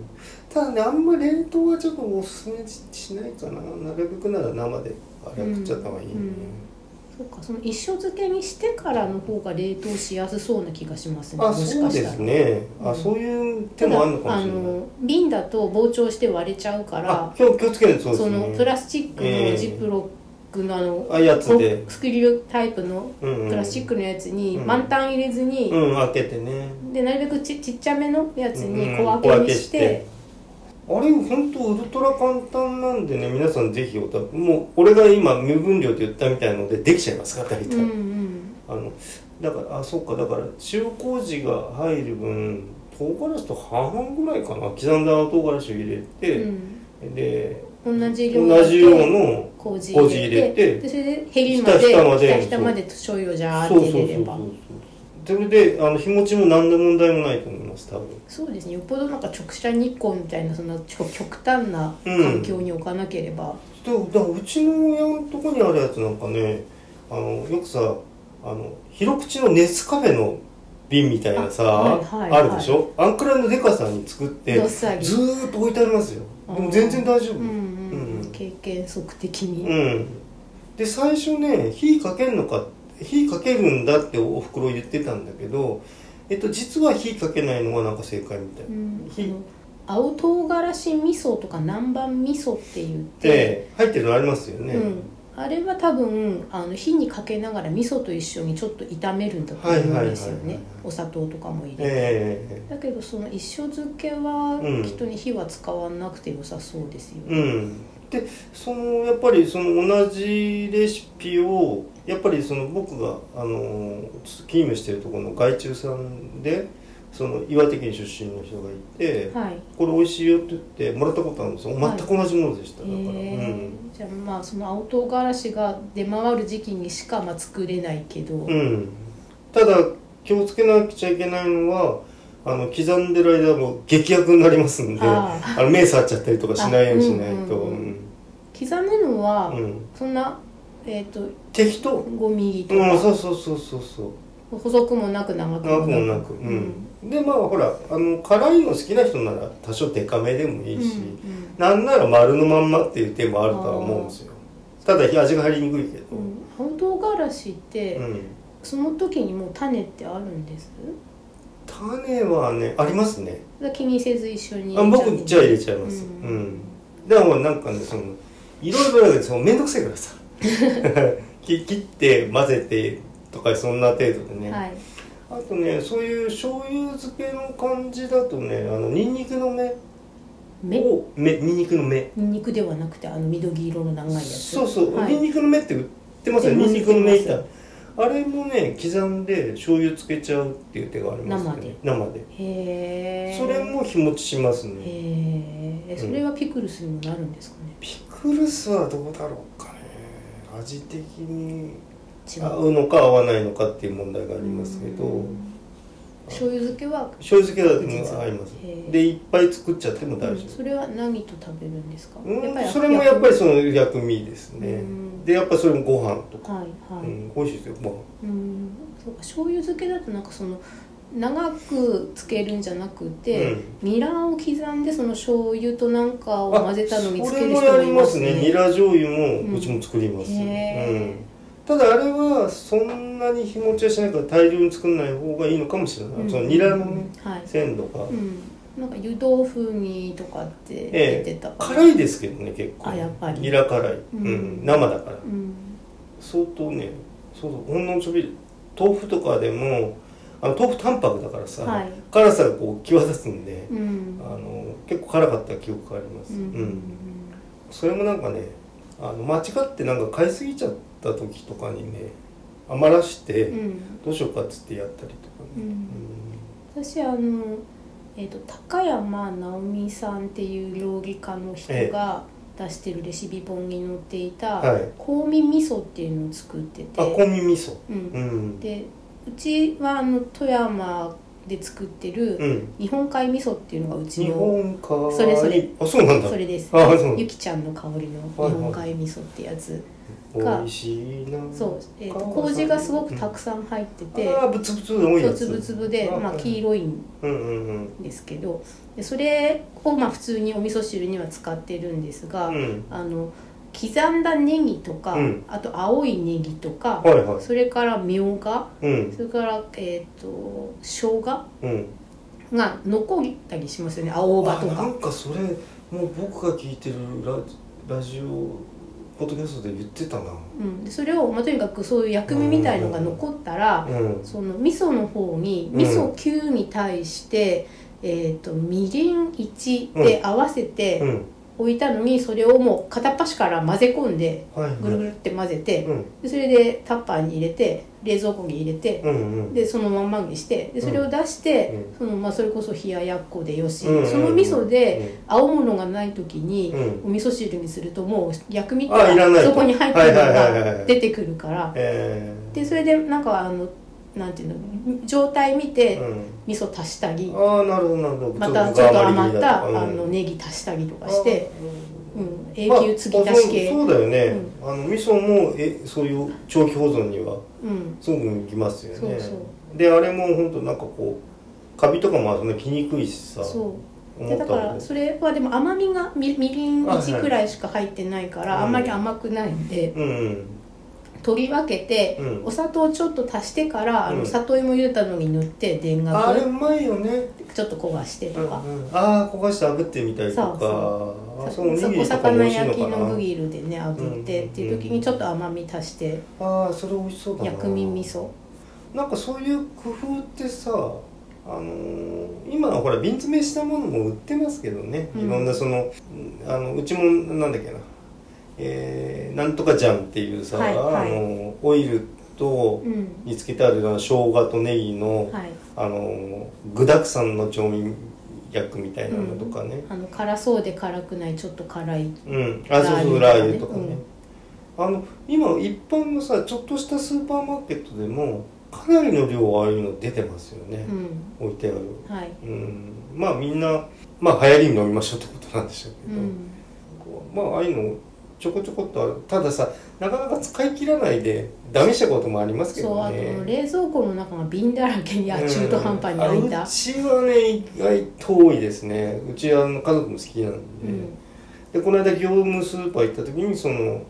ただねあんま冷凍はちょっとおすすめししないかななるべくなら生であれは食っちゃった方がいいね、うんうんそうかその一生漬けにしてからの方が冷凍しやすそうな気がしますねあもしそうかしでたらすね、うあんそういう手もあるのかもしれただあないの瓶だと膨張して割れちゃうかあら今日気をつけるそうですそねのプラスチックええのジップロックのあの、あやつでスクリュータイプのうんうんプラスチックのやつにうん満タン入れずに、うん開けてねでなるべくちちっちゃめのやつに小うん分けにして,、あれ本当ウルトラ簡単なんでね皆さんぜひおたもう俺が今無分量って言ったみたいのでできちゃいますから大う体、んうんあのだからあそっかだから塩麹が入る分唐辛子と半々ぐらいかな刻んだ唐辛子を入れて、でうん、同じ量同じ量の麹入麹入れてれてでそれで減りまでひたひたまでひたひたまで醤油をジャーってそうそうそうそう入れれそばうそれであの日持ちも何の問題もないと思います多分そうですねよっぽどなんか直射日光みたいなそんなちょ極端な環境に置かなければ、でだからうちの親のとこにあるやつなんかねあのよくさあの広口のネスカフェの瓶みたいなさああ,、はいはいはいるでしょあんくらいのデカさに作ってどっさりずーっと置いてありますよでも全然大丈夫ううん、うんん、うん経験則的に、で最初ね火かけるのか火かけるんだっておふくろ言ってたんだけどえっと実は火かけないのがなんか正解みたいな、うんひあの青唐辛子味噌とか南蛮味噌って言って、で入ってるのありますよね、うん、あれは多分あの火にかけながら味噌と一緒にちょっと炒めるんだと思うんですよはいはいはいはいねお砂糖とかも入れて、えだけどその一生漬けはうん人に火は使わなくて良さそうですよ、うん、でそのやっぱりその同じレシピをやっぱりその僕があの勤務してるところの外注さんでその岩手県出身の人がいて、はいこれ美味しいよって言ってもらったことあるんですよはい全く同じものでした、へだから、えじゃあまあその青唐辛子が出回る時期にしかまあ作れないけど、うん、うん、ただ気をつけなくちゃいけないのはあの刻んでる間はもう激悪になりますんであああの目触っちゃったりとかしないようにしないと、あうんうん刻むのうは、んうんそんなえっ、と適当5ミリとうん、か、そうそうそうそうそう細くもなく長くも長なくくもなく、うんでまあほらあの辛いの好きな人なら多少デカめでもいいし、うんうんなんなら丸のまんまっていう手もあるとは思うんですよただ味が入りにくいけど、うん本当ガラシって、うん、その時にもう種ってあるんです種はねありますねだから気にせず一緒にあ僕じゃあ入れちちゃいますうんうん、でもなんかねそのいろいろだけどそのめんどくせえからさ き切って混ぜてとかそんな程度でね、はいあとねそういう醤油漬けの感じだとねあのニンニクの芽目を芽ニンニクの芽ニンニクではなくてあの緑色の長いやつそうそう、はいニンニクの芽って売ってますよ売っニてますンニクの芽い売たってあれもね刻んで醤油漬けちゃうっていう手がありますね生でへえそれも日持ちしますねへえそれはピクルスにもなるんですかねピクルスはどうだろうかね味的に違合ううのか合わないのかっていう問題がありますけどうん醤油漬けは醤油漬けだと合いますへえでいっぱい作っちゃっても大丈うん夫それは何と食べるんですか、うんりそれもやっぱりその薬味ですねうんでやっぱそれもご飯とかはいはうい、ん美味しいですよご飯うんそうか醤油漬けだとなんかその長くつけるんじゃなくて、うんニラを刻んでその醤油となんかを混ぜたのにつけるあそれ人ももやりいまますすねねニラ醤油うもんうちも作ります、うんへーただあれはそんなに日持ちはしないから大量に作んない方がいいのかもしれない、うんそのニラのね、はい、鮮度が、うん、なんか湯豆腐にとかってえ出えてたから、辛いですけどね結構あやっぱりニラ辛い、うんうん生だからうん、相当ねそうそうほんのちょび豆腐とかでもあの豆腐淡白だからさ、はい辛さがこう際立つんで、うんあの結構辛かった記憶があります、うんうんそれもなんかねあの間違ってなんか買いすぎちゃった時とかにね余らして、うんうんどうしようかっつってやったりとかうね、ん私あの、えー、と高山直美さんっていう料理家の人えが出してるレシピ本に載っていたはい香味味噌っていうのを作ってて、あ香味味噌うん、うんでうちはあの富山で作ってるうん日本海味噌っていうのがうち日の本かそれそれあそうなんだそれですあそうゆきちゃんの香りの日本海味噌ってやつ美が味しいなそう、えー、と香川さん麹がすごくたくさん入ってて、ああぶつぶつが多いそやうつ粒々で、まあ、黄色色いんうんうんうんですけどでそれをまあ普通にお味噌汁には使ってるんですが、うんあの刻んだネギとか、うんあと青いネギとか、はいはそれからみょうがいうんそれからえっ、と生姜うんが残ったりしますよね青葉とあなかんかそれもう僕が聞いてるラジラジオポッドキャストで言ってたなうん、でそれを、まあ、とにかくそういう薬味みたいのが残ったら、うんその味噌の方にうん味噌9に対して、えっとみりん1で合わせて、うん置いたのにそれをもう片っ端から混ぜ込んではいはいぐるぐるって混ぜてうんでそれでタッパーに入れて冷蔵庫に入れてうんうんでそのまんまにしてでそれを出してそのまあそれこそ冷ややっこでよしそうんうんうんの味噌で青物がない時にうんお味噌汁にするともう薬味ってあいらないとそこに入ってるのはいはいはいはいが出てくるからえーでそれでなんかあのなんていうの状態見てうん味噌足したりああなるほどなるほどまたちょっと余ったあうんのネギ足したりとかして、ううんん、永久継ぎ足し系あそうそうだよね、あの味噌もえそういう長期保存にはうんすごく向きますよねそうそであれも本当なんかこうカビとかもそんな着にくいしさそ思うっでただけからどそれはでも甘みがみみりんあはい1くらいしか入ってないからうんあんまり甘くないんでうんうん取り分けてうんお砂糖をちょっと足してからあうんの里芋茹でたのに塗って田あれ楽うまいよね、ちょっと焦がしてうとんうん、かああ焦がして炙ってみたりとかそうあさそうおにぎおりとかも美魚味しい焼きのかのグなリルでね炙ってっていう時にちょっと甘み足してああそれ美味しそうだな薬味味噌なんかそういう工夫ってさ、あのー今ほら瓶詰めしたものも売ってますけどね、ういんろんなそのうんあのうちもなんだっけな、えーなんとかじゃんっていうさ、はいはあいのーオイルとうん煮つけてあるような生姜とネギの、はいあのー具沢山の調味薬みたいなのとかね、あの辛そうで辛くないちょっと辛いうんあそうそうララーー油と油とかかねね、あの今一般のさちょっとしたスーパーマーケットでもかなりの量ああいうの出てますよねう、ん置いてあるはいうんまあみんなまあ流行りに飲みましょうってことなんでしょううけど、んまあああいうのちょこちょこっとあるたださなかなか使い切らないでダメしたこともありますけそうどあとね冷蔵庫の中が瓶だらけにあうん中途半端に開いたあうちはね意外と多いですねうちはあの家族も好きなんうで、でんこの間業務スーパー行った時にその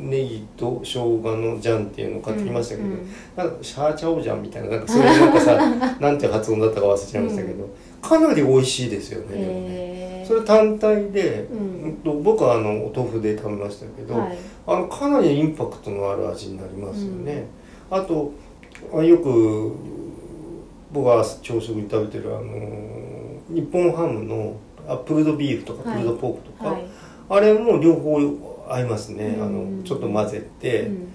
ネギと生姜のジャンっていうのを買ってきましたけど、うんうんなんかシャーチャオジャンみたいななんかそういうなんか さなんていう発音だったか忘れちゃいましたけど、かなり美味しいですよねでもねへえそれ単体で、ううんんと、僕はあのお豆腐で食べましたけど、はいあのかなりインパクトのある味になりますよね、あとあよく僕が朝食に食べてるあの日本ハムのあプルドビーフとかプはいルドポークとか、はいあれも両方合いますね、うんあのちょっと混ぜて、うん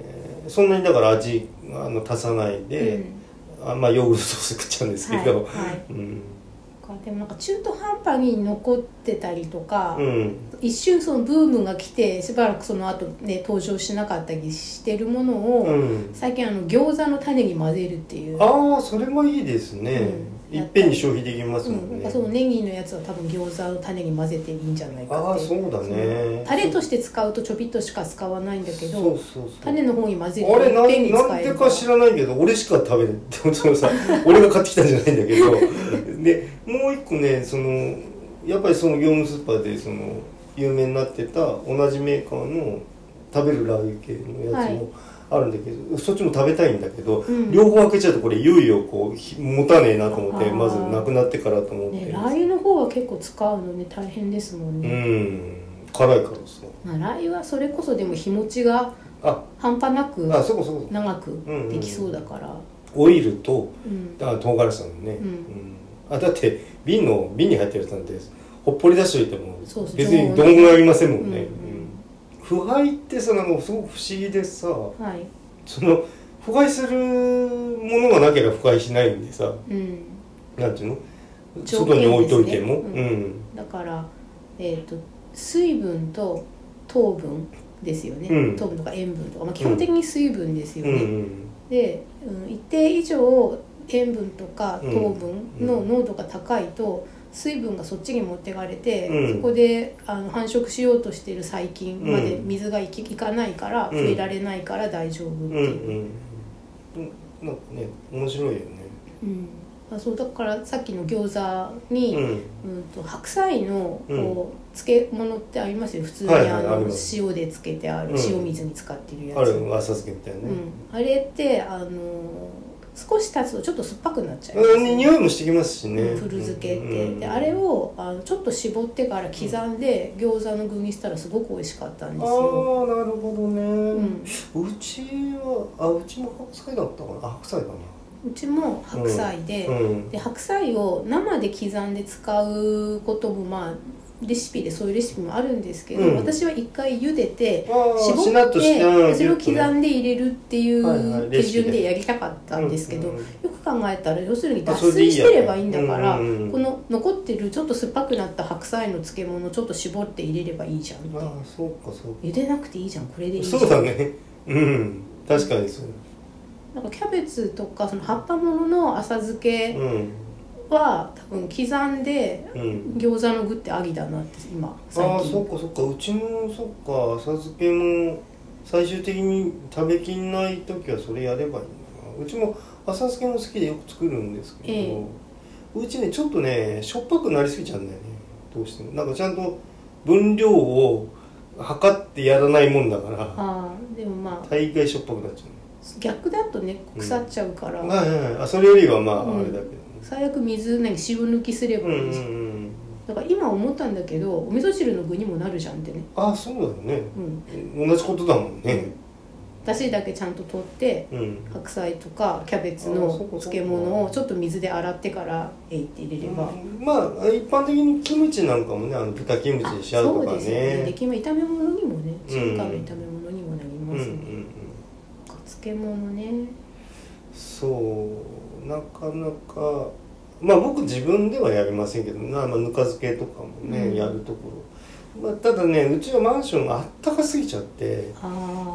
えーそんなにだから味あの足さないで、あんまあヨーグルトソース食っちゃうんですけはいど、はういん、こうでもなんか中途半端に残ってたりとか、うん、一瞬そのブームが来てしばらくその後ね登場しなかったりしてるものを、うん最近あの餃子の種に混ぜるっていうああそれもいいですね、うんいっぺんに消費できますうもん、なんんね、かそのネギのやつは多分餃子の種に混ぜていいんじゃないかってああそうだねタレとして使うとちょびっとしか使わないんだけどそうそうそう種の方に混ぜるあれないっぺんにな使んえでるか知らないけど俺しか食べないってこと のさ俺が買ってきたんじゃないんだけどでもう一個ねそのやっぱりその業務スーパーでその有名になってた同じメーカーの食べるラー油系のやつもあるんだけど、そっちも食べたいんだけど、うん両方開けちゃうとこれいよいよこうひ持たねえなと思ってあーまずなくなってからと思って、ねラー油の方は結構使うのね大変ですもんうね、ん辛いからさまあ、ラー油はそれこそでも日持ちがあ半端なくあそこそこ長くできそうだから、オイルとうんあ唐辛子だもんね、うんうんあだって瓶の瓶に入ってるやつなんてほっぽり出しといてもそうそう別にどんぐらいいませんもんね、うんうん腐敗ってさなんかすごく不思議でさはい、その腐敗するものがなければ腐敗しないんでさうん、なんていうの、条外件ですねに置いといても、うんうんだから、えー、と水分と糖分ですよね、うん糖分とか塩分とか、まあ、基本的に水分ですようね、んうんで、うん、一定以上塩分とかうん糖分の濃度が高いと水分がそっちに持ってかれて、うんそこであの繁殖しようとしてる細菌までうん水がいきいかないからうん増えられないから大丈夫ってうんいう。うんうんなんかね面白いよねうんあそうだからさっきの餃子うに、んうん、と白菜のうんこう漬物ってありますよ普通にはいはいあありのます塩で漬けてあるうん塩水に使ってるやあつ、る浅漬けみたいなうね、ん、あれってあの少し経つとちょっと酸っぱくなっちゃいます、うん、匂いもしてきますしねプル漬けって、うんであれをあのちょっと絞ってから刻んで餃子の具にしたらすごく美味しかったあんあですーよ、なるほどね、ううん、ちはあうちも白菜だったかなあ白菜かうちも白菜で,、なうんで白菜を生で刻んで使うこともまあレシピでそういうレシピもあるんですけど、うん私は一回茹でてあー絞しなっっとしてうんそれを刻ギュッとねんで入れるっていはいはいうレ手シピで順でやりたかったんですけど、うんうんよく考えたら要するにあ脱それでい水いやしてればいいんだからうんうんうんこの残ってるちょっと酸っぱくなった白菜の漬物ちょっと絞って入れればいいじゃんってああそうかそう茹でなくていいじゃんこれでいいかじゃんそうだねうん確かにそうなんかキャベツとかその葉っぱものの浅漬けうんは多分刻んでうん餃子の具ってありだなって今最ああそ近っかそっかうちもそっか浅漬けも最終的に食べきんない時はそれやればいいのかなうちも浅漬けも好きでよく作るんですけど、ええうちねちょっとねしょっぱくなりすぎちゃうんだよねどうしてもなんかちゃんと分量を測ってやらないもんだからああでもまあ大概しょっぱくなっち逆だとね腐っちゃうかゃら、う、まあはいはいあそれよりはまあうんあれだけどね、最悪水何塩抜きすれうばん、いいうんじゃん、うんだから今思ったんだけどお味噌汁の具にもなるじゃんってねああそうだよねうん同じことだもんねだしだけちゃんと取ってうん白菜とかキャベツあーのそうかそうか漬物をちょっと水で洗ってからえいって入れれば、まあ一般的にキムチなんかもねあの豚キムチにしちゃうとかそうですよねでねきま炒め物にもね中華のうん炒め物にもなりうんうまんうすね、ん漬物ねそうなかなかまあ僕自分ではやりませんけどな、まあ、ぬか漬けとかもね、うんやるところ、まあ、ただねうちのマンションがあったかすぎちゃってあ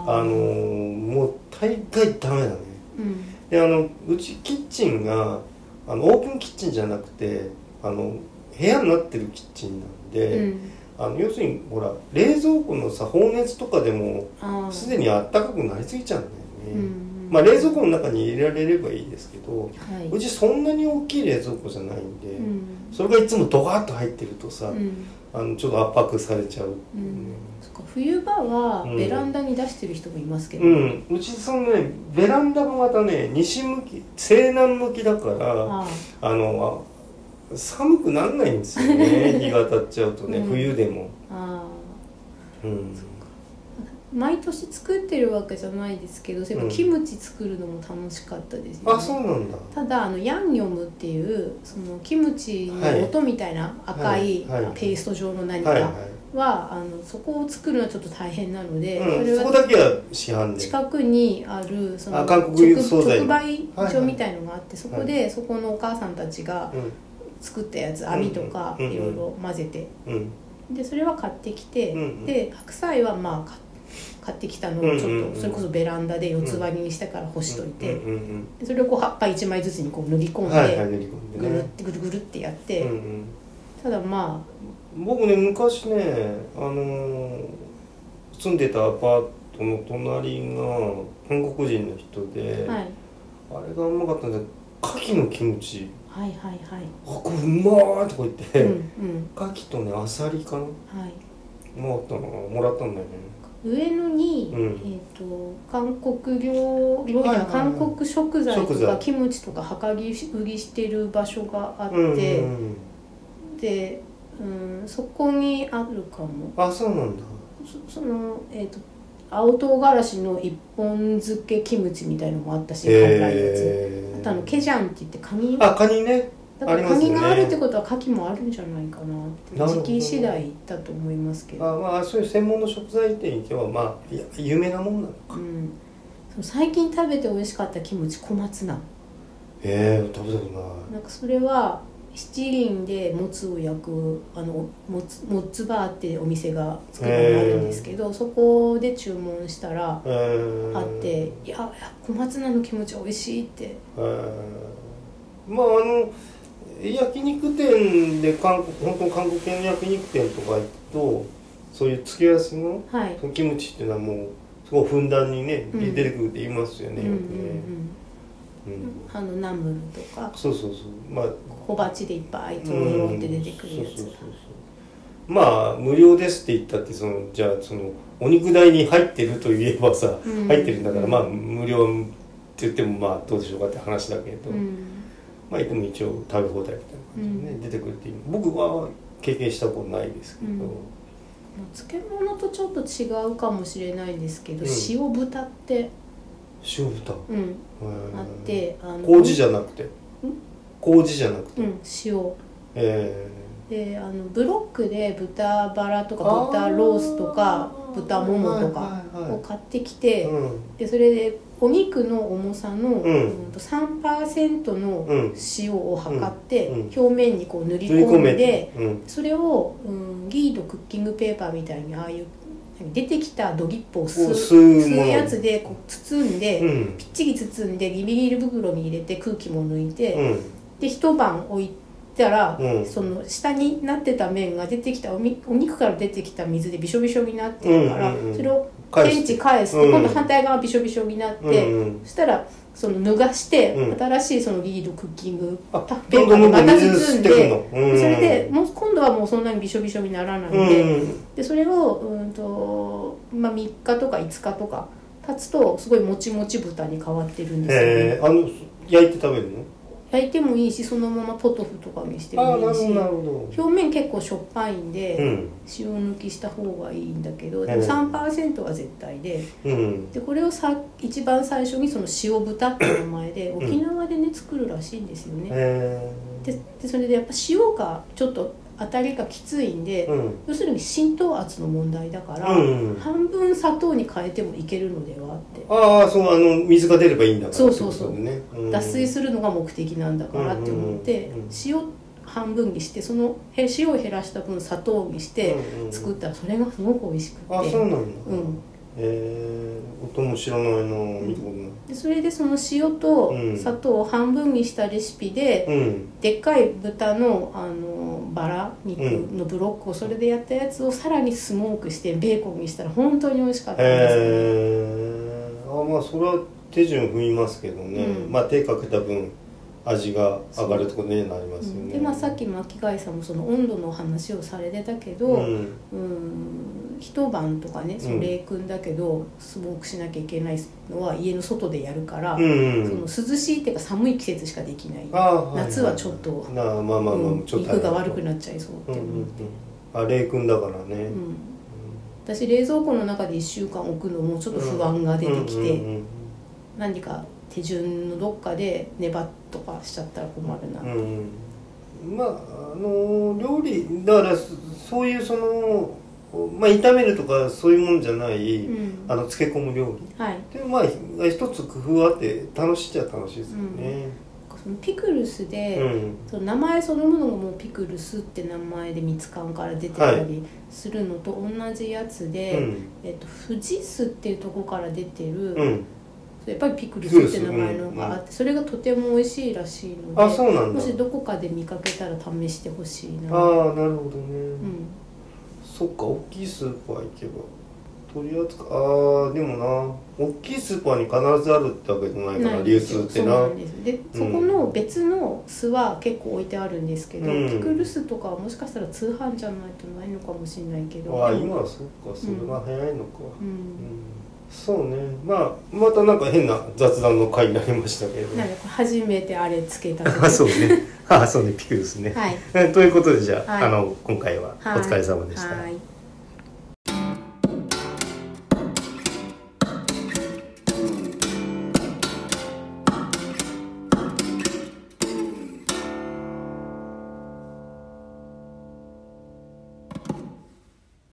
ああのーもう大概ダメだねうんであのうちキッチンがあのオープンキッチンじゃなくてあの部屋になってるキッチンなんで、うんあの要するにほら冷蔵庫のさ放熱とかでもああすでにあったかくなりすぎちゃうんだうよんね、うんまあ冷蔵庫の中に入れられればいいですけどはいうちそんなに大きい冷蔵庫じゃないんで、うんそれがいつもドガーッと入ってるとさ、うんあのちょっと圧迫されちゃう、うんそっか冬場はうんベランダに出してる人もいますけど、うん、うちそのねベランダもまたね西向き西南向きだからあああのあ寒くならないんですよ ね日が当たっちゃうとね、うん冬でも、あうん、あ毎年作ってるわけじゃないですけどそういえうんばキムチ作るのも楽しかったですよね、あそうなんだただあのヤンニョムっていうそのキムチはいの音みたいな赤いはいはいペースト状の何かはいは、はあのそこを作るのはちょっと大変なので、い、うん、そこそれだはけは市販で近くにあるそのあ韓国直惣菜直売所みたいのがあって、そこでそこのお母さんたちがう作ったやつ網とかうんうんいろいろ混ぜてんうんでそれは買ってきて、うんうんで白菜はまあか買ってきたのをちうんうょんうんっとそれこそベランダで四つ割りにしてから干しといて、うんうんでそれをこう葉っぱ一枚ずつにこう塗りう込んん、で、はいはい塗り込んでぐるっね、てぐるぐるってやっうて、んうん、ただま僕ね昔ねあのー住んでたアパートの隣が韓国人の人あ、で、はい、あれがうまかったんです牡蠣のキムチはいはいはい「あこれうまー!」とか言って、うんうん牡蠣とねあさりかなはい、もらったのもらったんだよね上野に、うんえっと韓国料料理はいやはいはい韓国食材と食か材キムチとかはかぎ売りしてる場所があって、うんうんうんで、うん、そこにあるかもあそうなんだそそのえっ、と青唐辛子の一本漬けキムチみたいのもあったし、辛いやつあとあのケジャンって言ってカニあカニねだからあります蟹ねがあるってことは牡蠣もあるんじゃないかなってなるほど時期次第だと思いますけあど、まあそういう専門の食材店行けばまあいや有名なもんなのうん、その最近食べて美味しかったキムチ小松菜ええー、食べたことないなんかそれは七輪でもつを焼くあのもつもつバーってお店が作るのがあるんですけど、そこで注文したらえーあって「いやいや小松菜のキムチ美味しい」ってえーまああの焼肉店で韓国本当に韓国系の焼肉店とか行くとそういう付け合わせのはい、キムチっていうのはもうすごいふんだんにね、うん出てくるって言いますよねうんうよんくね、うんうん、あのナムルとかそうそうそうまあ小鉢でいっぱいとうろんって出てくるやそうつそうそうそうまあ無料ですって言ったってそのじゃあそのお肉代に入ってるといえばさ、うん入ってるんだからまあ無料って言ってもまあどうでしょうかって話だけど、うんまあ、でも一応食べ放題みたいな感じでね、うん出てくるっていう僕は経験したことないですけど、うんまあ漬物とちょっと違うかもしれないですけど、うん塩豚って、塩豚うん、ああってあの麹じゃなくて麹じゃなくて、うん塩えであのブロックで豚バラとー、か豚ロースとか豚ももとかはいはいはを買ってきいて、うんでそれでお肉の重さの、んうんと3%のうん塩を測って、うんうん表面にこう塗り塗り込込んめでて、うん、それを、うん、ギードクッキングペーパーみたいにああいう出てきたドギッポを吸う吸うも吸のうやつでこう包んで、うんきっちり包んでビニール袋に入れて空気も抜いて、うんで一晩置いたら、うんその下になってた麺が出てきたおみお肉から出てきた水でびしょびしょになってるから、うんうんうんそれを返天して地返すと、うん今度反対側びしょびしょになって、うんうんそしたらその脱がして、うん新しいそのリードクッキングあタッペどんーどパーんどにんどまんた水包吸んっでてくの、うん、それでもう今度はもうそんなにびしょびしょにならないんうんで。うんでそれをうんと、まあ、3日とか5日とか経つとすごいもちもち豚に変わってるんですよ、ねえー、あの焼いて食べるの焼いてもいいしそのままポトフとかにしてああーなもいいるほしどなるほ表面結構しょっぱいんで、どうん塩抜きした方がいいんだけどでもええ3%は絶対でうんでこれをさ一番最初にその塩豚って名前でん沖縄でね作るらしいんですよね。えででそれでやっぱ塩がちょっと当たりがきついんで、ー、うん要するに浸透圧の問題だから、うん半分砂糖に変えてもいけるのではって、ああそうあの水が出ればいいんだからそうそうそうってことだねうん脱水するのが目的なんだからって思って、うんうんうん塩半分にしてそのへ塩を減らした分砂糖にしてうんうん作ったらそれがすごく美味しくて、あそうなんだうんえー、音も知らないな見たことないでそれでその塩とうん砂糖を半分にしたレシピで、うんでっかい豚のあのバラ肉のブロックをそれでやったやつをさらにスモークしてベーコンにしたら本当に美味しかったんですえー、あまあそれは手順踏みますけどね、うんまあ手かけた分味が上がるってことになりますようんねでまあ、さっき巻貝さんもその温度の話をされてたけど、ううんん、ん一晩とかねその冷君だけどスモークしなきゃいけないのは家の外でやるから、うんうそのん涼しいっていうか寒い季節しかできない、あーはい夏はちょっとなあまあまあまあ、うんちょっと肉が悪くなっちゃいそうってうんう思んううんあれいくんだからね、うん私冷蔵庫の中で1週間置くのもちょっと不安が出てきて、うんうん何か手順のどっかで粘っとかしちゃったら困るな、うんうんうんまああの料理だからそそういうそのまあ炒めるとかそういうもんじゃない、うんあの漬け込む料理はいでまあ一つ工夫あって楽しいっちゃ楽しいですよね、そのピクルスうで、んその名前そのものがもうピクルスって名前でミツカンから出てたりするのと同じやつうで、んえっと、富士スっていうとこから出てる、うんやっぱりピクルスって名前のがピクルスうあんっうてそれがとても美味しいらしいのであそうなんだもしどこかで見かけたら試してほしいあな、あなるほどね、うん、そっか大きいスーパー行けば取り扱いああでもな大きいスーパーに必ずあるってわけじゃないかな流通ってなそうなんですよで、そこの別の巣は結構置いてあるんですけど、うんピクルスとかはもしかしたら通販じゃないとないのかもしれないけどああでも今はそっかそれが早いのか、ううんん、そうねまあまたなんか変な雑談の回になりましたけどなんか初めてあれつけたとあ そうねあそうねピクルスね、はい えということでじゃあ,、はいあの今回はお疲れ様でした、はいはい